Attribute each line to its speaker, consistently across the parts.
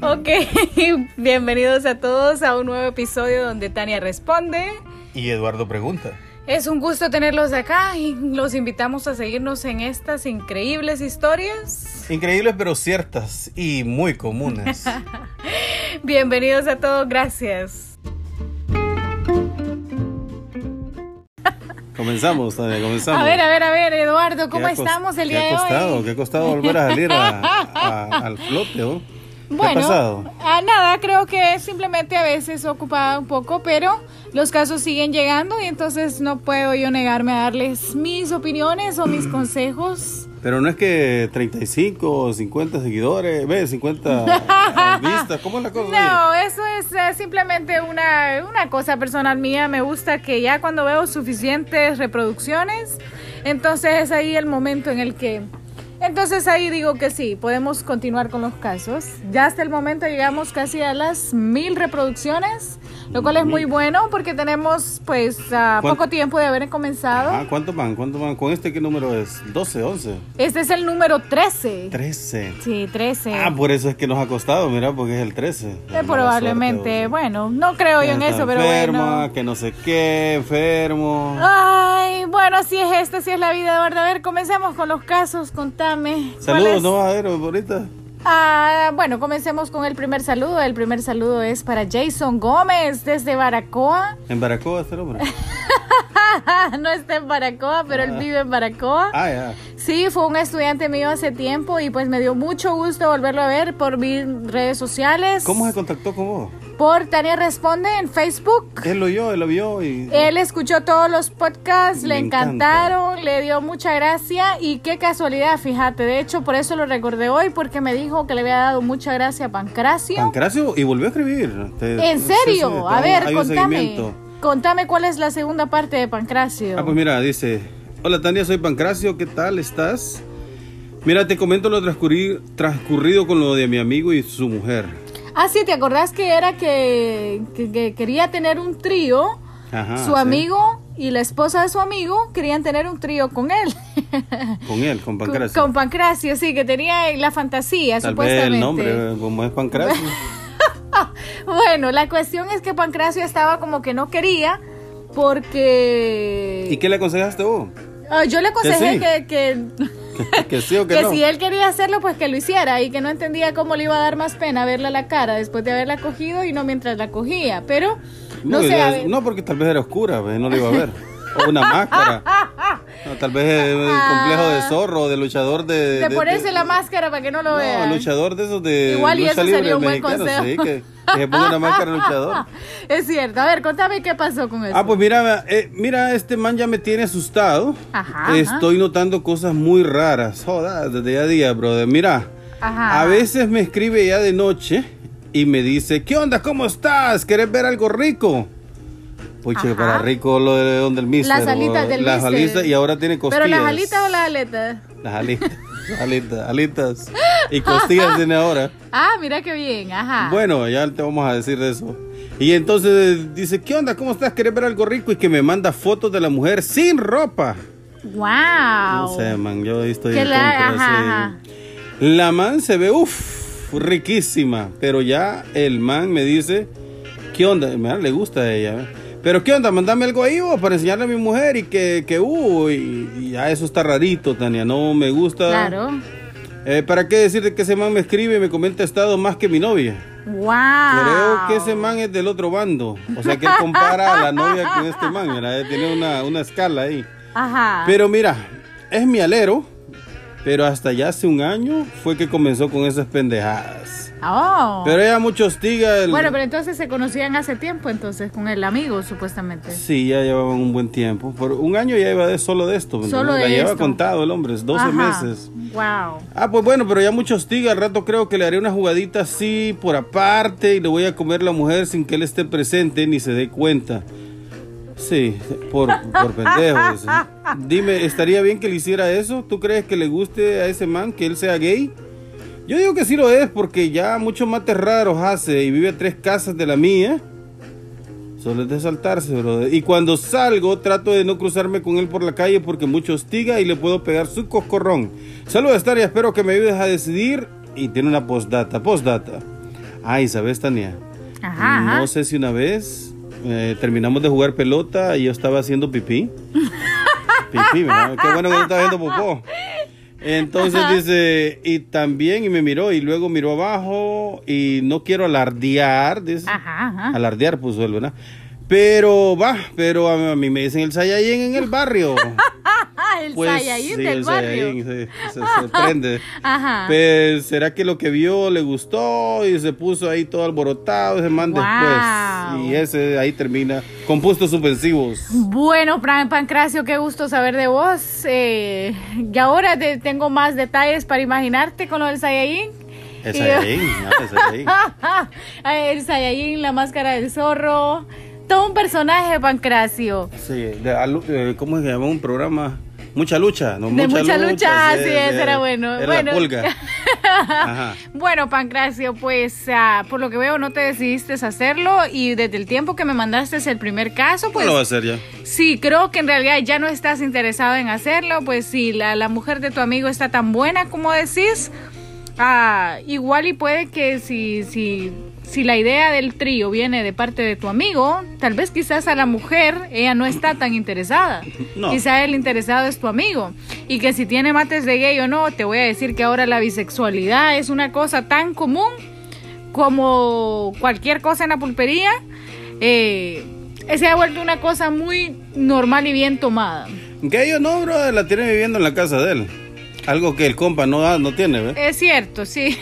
Speaker 1: Ok, bienvenidos a todos a un nuevo episodio donde Tania responde.
Speaker 2: Y Eduardo pregunta.
Speaker 1: Es un gusto tenerlos acá y los invitamos a seguirnos en estas increíbles historias.
Speaker 2: Increíbles pero ciertas y muy comunes.
Speaker 1: Bienvenidos a todos, gracias.
Speaker 2: comenzamos, Tania, comenzamos.
Speaker 1: A ver, a ver, a ver, Eduardo, ¿cómo
Speaker 2: ¿Qué ha cos-
Speaker 1: estamos el
Speaker 2: qué
Speaker 1: día
Speaker 2: ha
Speaker 1: de
Speaker 2: costado,
Speaker 1: hoy?
Speaker 2: ¿Qué ha costado volver a salir a- a- al flote? oh? ¿o? ¿Qué
Speaker 1: Bueno,
Speaker 2: ha pasado?
Speaker 1: ah, nada, creo que simplemente a veces ocupada un poco, pero los casos siguen llegando y entonces no puedo yo negarme a darles mis opiniones o mis consejos.
Speaker 2: Pero no es que 35 o 50 seguidores, ve, 50 vistas, ¿cómo es la cosa?
Speaker 1: No, eso es eh, simplemente una, una cosa personal mía. Me gusta que ya cuando veo suficientes reproducciones, entonces es ahí el momento en el que... Entonces ahí digo que sí, podemos continuar con los casos. Ya hasta el momento llegamos casi a las mil reproducciones, lo cual es muy bueno porque tenemos pues ah,
Speaker 2: ¿Cuán-
Speaker 1: poco tiempo de haber comenzado.
Speaker 2: Ah, ¿Cuánto van? ¿Cuánto van? ¿Con este qué número es? ¿12, 11?
Speaker 1: Este es el número 13.
Speaker 2: 13.
Speaker 1: Sí, Eh, 13.
Speaker 2: Ah, por eso es que nos ha costado, mira, porque es el 13.
Speaker 1: Eh, probablemente, bueno, no creo yo en eso, pero
Speaker 2: enferma,
Speaker 1: bueno.
Speaker 2: que no sé qué, enfermo.
Speaker 1: Ay, bueno, así es esto, así es la vida, Eduardo. A ver, comencemos con los casos, contame. ¿cuál
Speaker 2: Saludos,
Speaker 1: es?
Speaker 2: no vas a ver ahorita.
Speaker 1: Ah, bueno, comencemos con el primer saludo. El primer saludo es para Jason Gómez desde Baracoa.
Speaker 2: En Baracoa este hombre.
Speaker 1: no está en Baracoa, pero él
Speaker 2: Ah.
Speaker 1: vive en Baracoa.
Speaker 2: Ah, ya.
Speaker 1: Sí, fue un estudiante mío hace tiempo y pues me dio mucho gusto volverlo a ver por mis redes sociales.
Speaker 2: ¿Cómo se contactó con vos?
Speaker 1: Por Tania Responde en Facebook.
Speaker 2: Él lo oyó, él lo vio y.
Speaker 1: Él escuchó todos los podcasts, le
Speaker 2: Me encanta.
Speaker 1: encantaron, le dio mucha gracia y qué casualidad, fíjate. De hecho, por eso lo recordé hoy, porque me dijo que le había dado mucha gracia a Pancracio.
Speaker 2: Pancracio y volvió a escribir. Te-
Speaker 1: ¿En
Speaker 2: sí,
Speaker 1: serio?
Speaker 2: sí,
Speaker 1: a
Speaker 2: todo-
Speaker 1: ver,
Speaker 2: hay un
Speaker 1: contame.
Speaker 2: seguimiento.
Speaker 1: Contame cuál es la segunda parte de Pancracio.
Speaker 2: Ah, pues mira, dice: Hola Tania, soy Pancracio, ¿qué tal estás? Mira, te comento lo transcurri- transcurrido con lo de mi amigo y su mujer.
Speaker 1: Ah, sí, ¿te acordás que era que, que- que quería tener un trío?
Speaker 2: Ajá,
Speaker 1: su
Speaker 2: Ah, sí.
Speaker 1: amigo y la esposa de su amigo querían tener un trío con él.
Speaker 2: Con él, con Pancracio.
Speaker 1: Con Pancracio, sí, que tenía la fantasía,
Speaker 2: Tal vez
Speaker 1: supuestamente.
Speaker 2: el nombre, como es Pancracio.
Speaker 1: Bueno, la cuestión es que Pancracio estaba como que no quería porque
Speaker 2: ¿Y qué le aconsejaste vos?
Speaker 1: Ah, yo le aconsejé
Speaker 2: Que
Speaker 1: que, que,
Speaker 2: ¿Que, que sí o que,
Speaker 1: que
Speaker 2: no?
Speaker 1: si él quería hacerlo, pues que lo hiciera y que no entendía cómo le iba a dar más pena verle la cara después de haberla cogido y no mientras la cogía. Pero no,
Speaker 2: No,
Speaker 1: sé,
Speaker 2: ya-
Speaker 1: a ver.
Speaker 2: no, porque tal vez era oscura, pues, no lo iba a ver. O una máscara. No, tal vez el
Speaker 1: Ah.
Speaker 2: complejo de zorro, de luchador de.
Speaker 1: te pones la máscara para que no lo
Speaker 2: No,
Speaker 1: vean.
Speaker 2: luchador de esos de.
Speaker 1: Igual y
Speaker 2: lucha
Speaker 1: eso
Speaker 2: libre
Speaker 1: sería un buen
Speaker 2: mexicano,
Speaker 1: consejo.
Speaker 2: sí, que, que se ponga una máscara de luchador.
Speaker 1: Ah, Es cierto. A ver, contame qué pasó con eso.
Speaker 2: Ah, pues mira, eh, mira, este man ya me tiene asustado.
Speaker 1: Ajá,
Speaker 2: Estoy notando cosas muy raras. Joda, de día a día, brother. Mira,
Speaker 1: Ajá.
Speaker 2: a veces me escribe ya de noche y me dice, ¿qué onda? ¿Cómo estás? ¿Querés ver algo rico? Puche,
Speaker 1: Ajá.
Speaker 2: para rico lo de donde el mister.
Speaker 1: Las alitas
Speaker 2: o-
Speaker 1: del
Speaker 2: Las
Speaker 1: mister.
Speaker 2: alitas y ahora tiene costillas.
Speaker 1: ¿Pero las alitas o las aletas?
Speaker 2: Las alitas, alitas, alitas. Y costillas tiene ahora.
Speaker 1: Ah, mira qué bien, ajá.
Speaker 2: Bueno, ya te vamos a decir de eso. Y entonces dice, ¿qué onda? ¿Cómo estás? ¿Querés ver algo rico? Y que me manda fotos de la mujer sin ropa.
Speaker 1: Wow.
Speaker 2: No sé, man, yo ahí estoy
Speaker 1: Que
Speaker 2: en
Speaker 1: la-
Speaker 2: contra,
Speaker 1: ajá,
Speaker 2: sí. La man se ve, uff, riquísima. Pero ya el man me dice, ¿qué onda? Mira, le gusta a ella. ¿eh? Pero ¿qué onda? Mándame algo ahí vos para enseñarle a mi mujer y que, que uh, y, y ya eso está rarito, Tania. No me gusta.
Speaker 1: Claro.
Speaker 2: Eh, ¿Para qué decirte que ese man me escribe y me comenta estado más que mi novia?
Speaker 1: Wow. Ah.
Speaker 2: Creo que ese man es del otro bando. O sea que él compara a la novia con este man. mira, eh, Tiene una, una escala ahí.
Speaker 1: Ajá.
Speaker 2: Pero mira, es mi alero. Pero hasta ya hace un año fue que comenzó con esas pendejadas.
Speaker 1: Oh.
Speaker 2: Pero ella mucho hostiga el.
Speaker 1: Bueno, pero entonces se conocían hace tiempo, entonces, con el amigo, supuestamente.
Speaker 2: Sí, ya llevaban un buen tiempo. Por un año ya iba de solo de esto. ¿me
Speaker 1: Solo
Speaker 2: entiendes?
Speaker 1: de
Speaker 2: La lleva
Speaker 1: esto.
Speaker 2: contado el hombre, es 12
Speaker 1: Ajá.
Speaker 2: meses.
Speaker 1: Wow.
Speaker 2: Ah, pues bueno, pero ya mucho hostiga. Al rato creo que le haré una jugadita así por aparte y le voy a comer la mujer sin que él esté presente ni se dé cuenta. Sí, por, por pendejos. Dime, ¿estaría bien que le hiciera eso? ¿Tú crees que le guste a ese man que él sea gay? Yo digo que sí lo es porque ya muchos mates raros hace y vive a tres casas de la mía. Solo es de saltarse, brother. Y cuando salgo, trato de no cruzarme con él por la calle porque mucho hostiga y le puedo pegar su coscorrón. Saludos, Tania. Espero que me ayudes a decidir. Y tiene una postdata. Postdata. Ay, ¿sabes, Tania?
Speaker 1: Ajá, ajá.
Speaker 2: No sé si una vez eh, terminamos de jugar pelota y yo estaba haciendo pipí. pipí, ¿verdad? Qué bueno que no estaba haciendo popó. Entonces dice, y también, y me miró, y luego miró abajo, y no quiero alardear, dice.
Speaker 1: Ajá, ajá.
Speaker 2: Alardear puso él, ¿verdad? Pero va, pero a, a mí me dicen el Saiyajin en el barrio.
Speaker 1: Ah, el Saiyajin
Speaker 2: Pues sí,
Speaker 1: del
Speaker 2: el
Speaker 1: barrio. Ah.
Speaker 2: Saiyajin, sí, se sorprende.
Speaker 1: Ajá.
Speaker 2: Pues, ¿será que lo que vio le gustó y se puso ahí todo alborotado ese man
Speaker 1: Guau.
Speaker 2: después? Y ese ahí termina con puntos suspensivos.
Speaker 1: Bueno, Fran Pancracio, qué gusto saber de vos. Eh, y ahora te- tengo más detalles para imaginarte con lo del Saiyajin.
Speaker 2: El
Speaker 1: Y-
Speaker 2: Saiyajin, ah, el Saiyajin.
Speaker 1: el Saiyajin, la máscara del zorro. Todo un personaje, Pancracio.
Speaker 2: Sí, de alu- eh, ¿cómo se llama un programa? Mucha lucha, ¿no?
Speaker 1: De mucha lucha,
Speaker 2: sí,
Speaker 1: así
Speaker 2: de-
Speaker 1: es, era bueno.
Speaker 2: Era
Speaker 1: Bueno.
Speaker 2: la pulga. Ajá.
Speaker 1: Bueno, Pancracio, pues ah, por lo que veo no te decidiste a hacerlo y desde el tiempo que me mandaste el primer caso,
Speaker 2: ¿Cómo
Speaker 1: pues
Speaker 2: lo va a hacer ya?
Speaker 1: Sí, creo que en realidad ya no estás interesado en hacerlo, pues si la, la mujer de tu amigo está tan buena como decís, ah, igual y puede que si, si, si la idea del trío viene de parte de tu amigo, tal vez quizás a la mujer ella no está tan interesada.
Speaker 2: No.
Speaker 1: Quizás el interesado es tu amigo. Y que si tiene mates de gay o no, te voy a decir que ahora la bisexualidad es una cosa tan común como cualquier cosa en la pulpería, eh, se ha vuelto una cosa muy normal y bien tomada.
Speaker 2: Que ellos no, bro, la tienen viviendo en la casa de él. Algo que el compa no, da- no tiene, ¿ve?
Speaker 1: Es cierto, sí.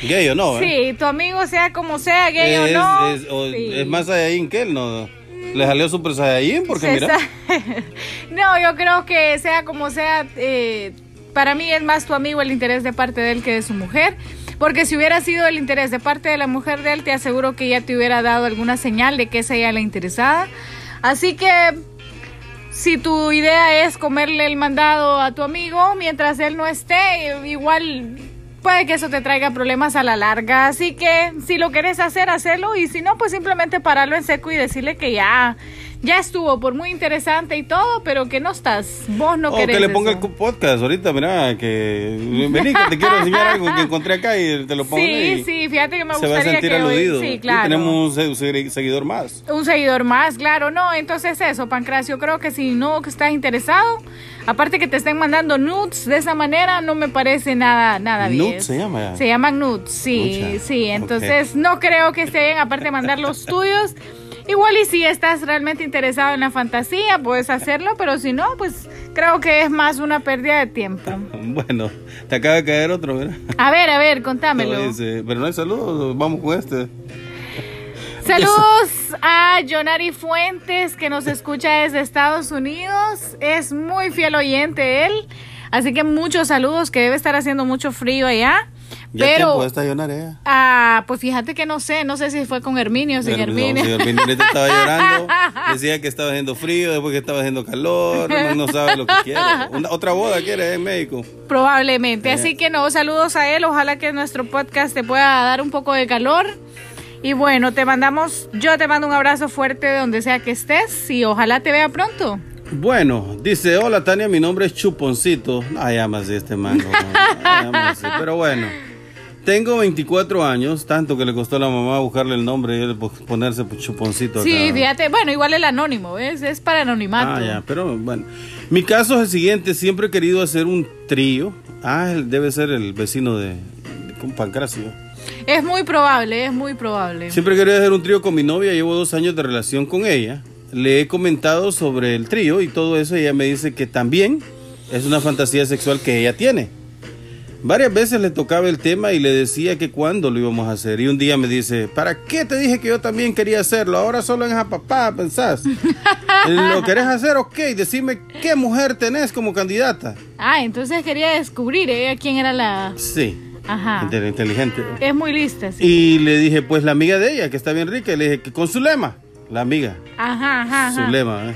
Speaker 2: Que ellos no, ¿ve?
Speaker 1: sí, tu amigo sea como sea, gay
Speaker 2: Oh, ¿eh? es,
Speaker 1: o no.
Speaker 2: es- o-
Speaker 1: sí.
Speaker 2: es más Saiyajin que él, ¿no? Le salió Super Saiyajin porque
Speaker 1: Se
Speaker 2: mira.
Speaker 1: sa- no, yo creo que sea como sea, eh, para mí es más tu amigo el interés de parte de él que de su mujer. Porque si hubiera sido el interés de parte de la mujer de él, te aseguro que ella te hubiera dado alguna señal de que es ella la interesada. Así que si tu idea es comerle el mandado a tu amigo mientras él no esté, igual puede que eso te traiga problemas a la larga. Así que si lo querés hacer, hacelo. Y si no, pues simplemente pararlo en seco y decirle que ya, ya estuvo, por muy interesante y todo, pero que no estás. Vos no
Speaker 2: o
Speaker 1: querés.
Speaker 2: Oh, que le ponga el
Speaker 1: eso.
Speaker 2: cu- podcast ahorita, mira, que vení que te quiero enseñar algo que encontré acá y te lo pongo
Speaker 1: Sí,
Speaker 2: y
Speaker 1: sí, fíjate que me
Speaker 2: se va a
Speaker 1: gustaría
Speaker 2: sentir
Speaker 1: que hoy-
Speaker 2: aludido.
Speaker 1: Sí,
Speaker 2: Y
Speaker 1: claro.
Speaker 2: tenemos un se- seguidor más.
Speaker 1: Un seguidor más, claro, no, entonces eso, Pancracio, creo que si no estás interesado, aparte que te estén mandando nudes de esa manera, no me parece nada, nada bien.
Speaker 2: Nudes se llama.
Speaker 1: Se llaman nudes, sí,
Speaker 2: Mucha.
Speaker 1: sí, entonces no creo que esté bien, aparte de mandar los tuyos. Igual y si estás realmente interesado en la fantasía, puedes hacerlo, pero si no, pues creo que es más una pérdida de tiempo.
Speaker 2: Bueno, te acaba de caer otro, ¿verdad?
Speaker 1: A ver, a ver, contámelo.
Speaker 2: Dice, Pero no hay saludos, vamos con este.
Speaker 1: Saludos a Jonari Fuentes que nos escucha desde Estados Unidos. Es muy fiel oyente él. Así que muchos saludos que debe estar haciendo mucho frío allá.
Speaker 2: Ya
Speaker 1: pero
Speaker 2: tiempo de estacionar, eh.
Speaker 1: ah, pues fíjate que no sé, no sé si fue con Herminio o sin
Speaker 2: Bueno,
Speaker 1: Herminio.
Speaker 2: no, señor Herminio ahorita estaba llorando, decía que estaba haciendo frío, después que estaba haciendo calor, no, no sabe lo que quiere. Una- otra boda quiere ¿eh, en México. Eh.
Speaker 1: Probablemente. Así que no, saludos a él. Ojalá que nuestro podcast te pueda dar un poco de calor. Y bueno, te mandamos, yo te mando un abrazo fuerte de donde sea que estés y ojalá te vea pronto.
Speaker 2: Bueno, dice, hola Tania, mi nombre es Chuponcito. Ay, amas este mango. ay, ámase. Pero bueno, tengo 24 años, tanto que le costó a la mamá buscarle el nombre y él, pues, ponerse pues, Chuponcito.
Speaker 1: Sí,
Speaker 2: acá.
Speaker 1: fíjate, bueno, igual el anónimo, ¿ves? Es para anonimato.
Speaker 2: Ah, ya, pero bueno. Mi caso es el siguiente, siempre he querido hacer un trío. Ah, él debe ser el vecino de, de con Pancracio.
Speaker 1: Es muy probable, es muy probable.
Speaker 2: Siempre quería hacer un trío con mi novia, llevo dos años de relación con ella. Le he comentado sobre el trío y todo eso, y ella me dice que también es una fantasía sexual que ella tiene. Varias veces le tocaba el tema y le decía que cuándo lo íbamos a hacer. Y un día me dice, ¿para qué te dije que yo también quería hacerlo? Ahora solo en papá, pensás. ¿Lo querés hacer? Ok, decime qué mujer tenés como candidata.
Speaker 1: Ah, entonces quería descubrir ¿eh? quién era la...
Speaker 2: Sí,
Speaker 1: Ajá.
Speaker 2: inte- inteligente.
Speaker 1: Es muy lista, sí.
Speaker 2: Y le dije, pues la amiga de ella, que está bien rica, y le dije, que con su lema, la amiga.
Speaker 1: Ajá, ajá,
Speaker 2: su
Speaker 1: ajá.
Speaker 2: lema. ¿eh?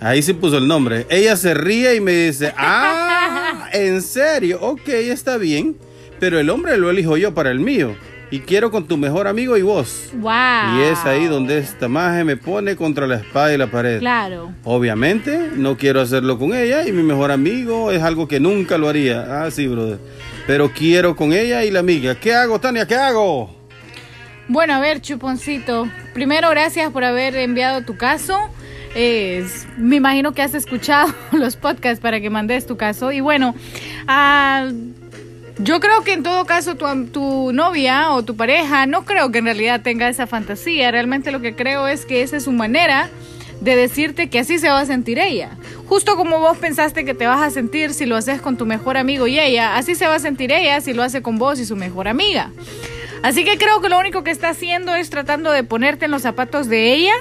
Speaker 2: Ahí sí puso el nombre. Ella se ríe y me dice, ah, en serio, ok, está bien, pero el hombre lo elijo yo para el mío. Y quiero con tu mejor amigo y vos.
Speaker 1: Wow.
Speaker 2: Y es ahí donde esta magia me pone contra la espada y la pared.
Speaker 1: Ah. Claro.
Speaker 2: Obviamente, no quiero hacerlo con ella y mi mejor amigo es algo que nunca lo haría. Ah, sí, brother. Pero quiero con ella y la amiga. ¿Qué hago, Tania? ¿Qué hago?
Speaker 1: Bueno, a ver, Chuponcito, primero gracias por haber enviado tu caso. Es- me imagino que has escuchado los podcasts para que mandes tu caso. Y bueno, ah, yo creo que en todo caso tu, am- tu novia o tu pareja no creo que en realidad tenga esa fantasía. Realmente lo que creo es que esa es su manera de decirte que así se va a sentir ella. Justo como vos pensaste que te vas a sentir si lo haces con tu mejor amigo y ella, así se va a sentir ella si lo hace con vos y su mejor amiga. Así que creo que lo único que está haciendo es tratando de ponerte en los zapatos de ella.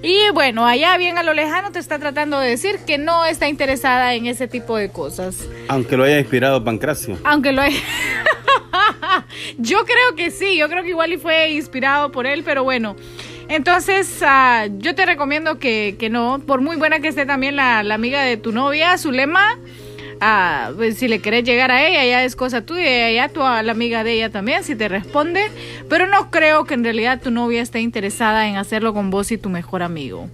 Speaker 1: Y bueno, allá bien a lo lejano te está tratando de decir que no está interesada en ese tipo de cosas.
Speaker 2: Aunque lo haya inspirado Pancracio.
Speaker 1: Aunque lo hay. yo creo que sí, yo creo que igual y fue inspirado por él, pero bueno. Entonces, ah, yo te recomiendo que, que no, por muy buena que esté también la, la amiga de tu novia, Zulema, ah, pues, si le querés llegar a ella, ya es cosa tuya, ya tú a la amiga de ella también, si te responde, pero no creo que en realidad tu novia esté interesada en hacerlo con vos y tu mejor amigo.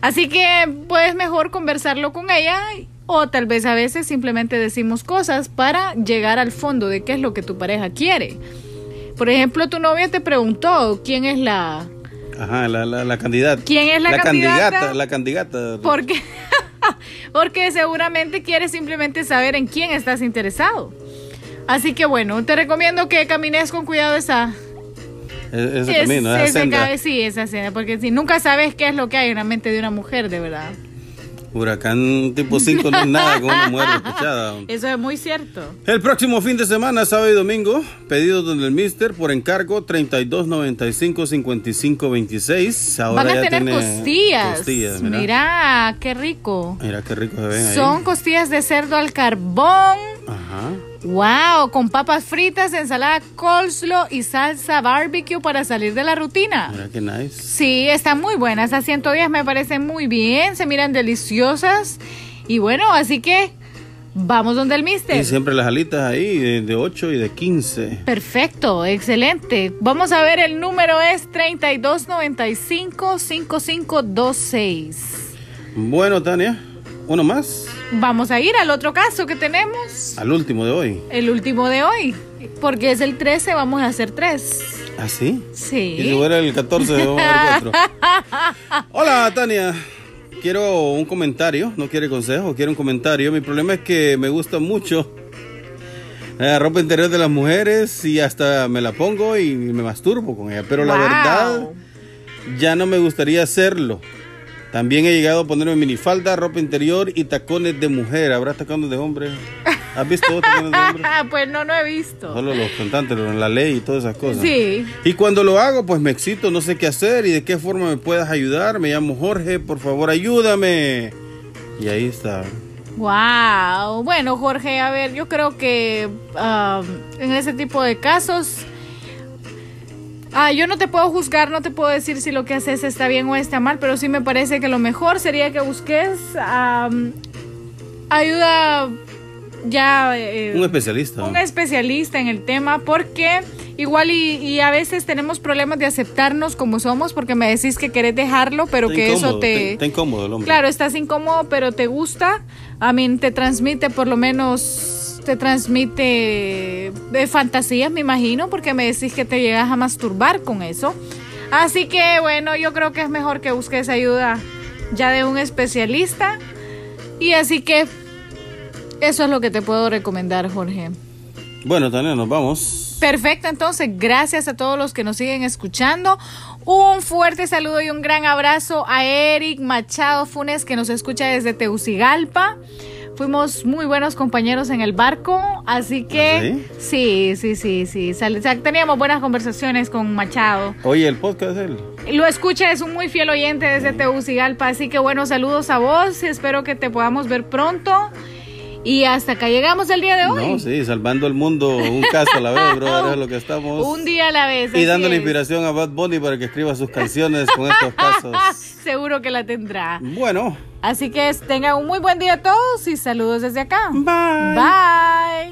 Speaker 1: Así que, pues mejor conversarlo con ella o tal vez a veces simplemente decimos cosas para llegar al fondo de qué es lo que tu pareja quiere. Por ejemplo, tu novia te preguntó quién es la...
Speaker 2: Ajá, la, la, la candidata.
Speaker 1: ¿Quién es la candidata?
Speaker 2: La candidata.
Speaker 1: Porque, porque seguramente quiere simplemente saber en quién estás interesado. Así que bueno, te recomiendo que camines con cuidado esa...
Speaker 2: E- Ese
Speaker 1: es-
Speaker 2: camino, esa
Speaker 1: ese
Speaker 2: senda.
Speaker 1: cabe- sí, esa senda, porque si nunca sabes qué es lo que hay en la mente de una mujer, de verdad.
Speaker 2: Huracán tipo 5 no es nada con una mujer despechada.
Speaker 1: Eso es muy cierto.
Speaker 2: El próximo fin de semana, sábado y domingo, pedidos donde el Mister por encargo 32 95 55 26. Ahora
Speaker 1: Van a
Speaker 2: ya
Speaker 1: tener
Speaker 2: tiene
Speaker 1: costillas.
Speaker 2: costillas,
Speaker 1: mira.
Speaker 2: mira.
Speaker 1: qué rico.
Speaker 2: Mira qué rico se ven ahí.
Speaker 1: Son costillas de cerdo al carbón.
Speaker 2: Ajá.
Speaker 1: Wow, con papas fritas, ensalada coleslaw y salsa barbecue para salir de la rutina.
Speaker 2: Mira qué nice.
Speaker 1: Sí, están muy buenas. A 110 me parecen muy bien, se miran deliciosas. Y bueno, así que vamos donde el mister.
Speaker 2: Y siempre las alitas ahí de, de 8 y de 15.
Speaker 1: Perfecto, excelente. Vamos a ver, el número es 3295-5526.
Speaker 2: Bueno, Tania, uno más
Speaker 1: Vamos a ir al otro caso que tenemos,
Speaker 2: al último de hoy.
Speaker 1: el último de hoy, porque es el 13, vamos a hacer 3.
Speaker 2: ¿Ah, sí? Y si
Speaker 1: Sí.
Speaker 2: fuera el 14, vamos a ver otro. Hola, Tania. Quiero un comentario, no quiere consejo, quiero un comentario. Mi problema es que me gusta mucho eh, la ropa interior de las mujeres y hasta me la pongo y me masturbo con ella. Pero la
Speaker 1: Wow.
Speaker 2: verdad, ya no me gustaría hacerlo. También he llegado a ponerme minifalda, ropa interior y tacones de mujer. ¿Habrá tacones de hombre? ¿Has visto vos tacones de hombre?
Speaker 1: pues no, no he visto.
Speaker 2: Solo los cantantes, pero en la ley y todas esas cosas.
Speaker 1: Sí.
Speaker 2: Y cuando lo hago, pues me excito, no sé qué hacer y de qué forma me puedas ayudar. Me llamo Jorge, por favor, ayúdame. Y ahí está.
Speaker 1: Wow. Bueno, Jorge, a ver, yo creo que ah, en ese tipo de casos, ah, yo no te puedo juzgar, no te puedo decir si lo que haces está bien o está mal, pero sí me parece que lo mejor sería que busques ah, ayuda ya. eh,
Speaker 2: Un especialista.
Speaker 1: un especialista en el tema porque igual y, y a veces tenemos problemas de aceptarnos como somos porque me decís que querés dejarlo, pero
Speaker 2: Está
Speaker 1: que eso
Speaker 2: incómodo,
Speaker 1: te...
Speaker 2: Está, está incómodo el hombre.
Speaker 1: Claro, estás incómodo, pero te gusta. A mí te transmite por lo menos te transmite de fantasías, me imagino, porque me decís que te llegas a masturbar con eso. Así que bueno, yo creo que es mejor que busques ayuda ya de un especialista. Y así que eso es lo que te puedo recomendar, Jorge.
Speaker 2: Bueno, Tania, nos vamos.
Speaker 1: Perfecto, entonces gracias a todos los que nos siguen escuchando. Un fuerte saludo y un gran abrazo a Eric Machado Funes que nos escucha desde Tegucigalpa. Fuimos muy buenos compañeros en el barco, así que
Speaker 2: ¿Ah,
Speaker 1: sí, sí, sí, sí. sal- sal- Teníamos buenas conversaciones con Machado.
Speaker 2: Oye, el podcast él.
Speaker 1: Lo escucha, es un muy fiel oyente desde Tegucigalpa, así que bueno, saludos a vos, espero que te podamos ver pronto. Y hasta acá llegamos el día de hoy.
Speaker 2: No, sí, salvando el mundo un caso a la vez, brother, es lo que estamos.
Speaker 1: Un día a la vez.
Speaker 2: y
Speaker 1: así
Speaker 2: dándole
Speaker 1: es.
Speaker 2: inspiración a Bad Bunny para que escriba sus canciones con estos casos.
Speaker 1: Seguro que la tendrá.
Speaker 2: Bueno,
Speaker 1: Así que es- tengan un muy buen día a todos y saludos desde acá.
Speaker 2: bye.
Speaker 1: Bye.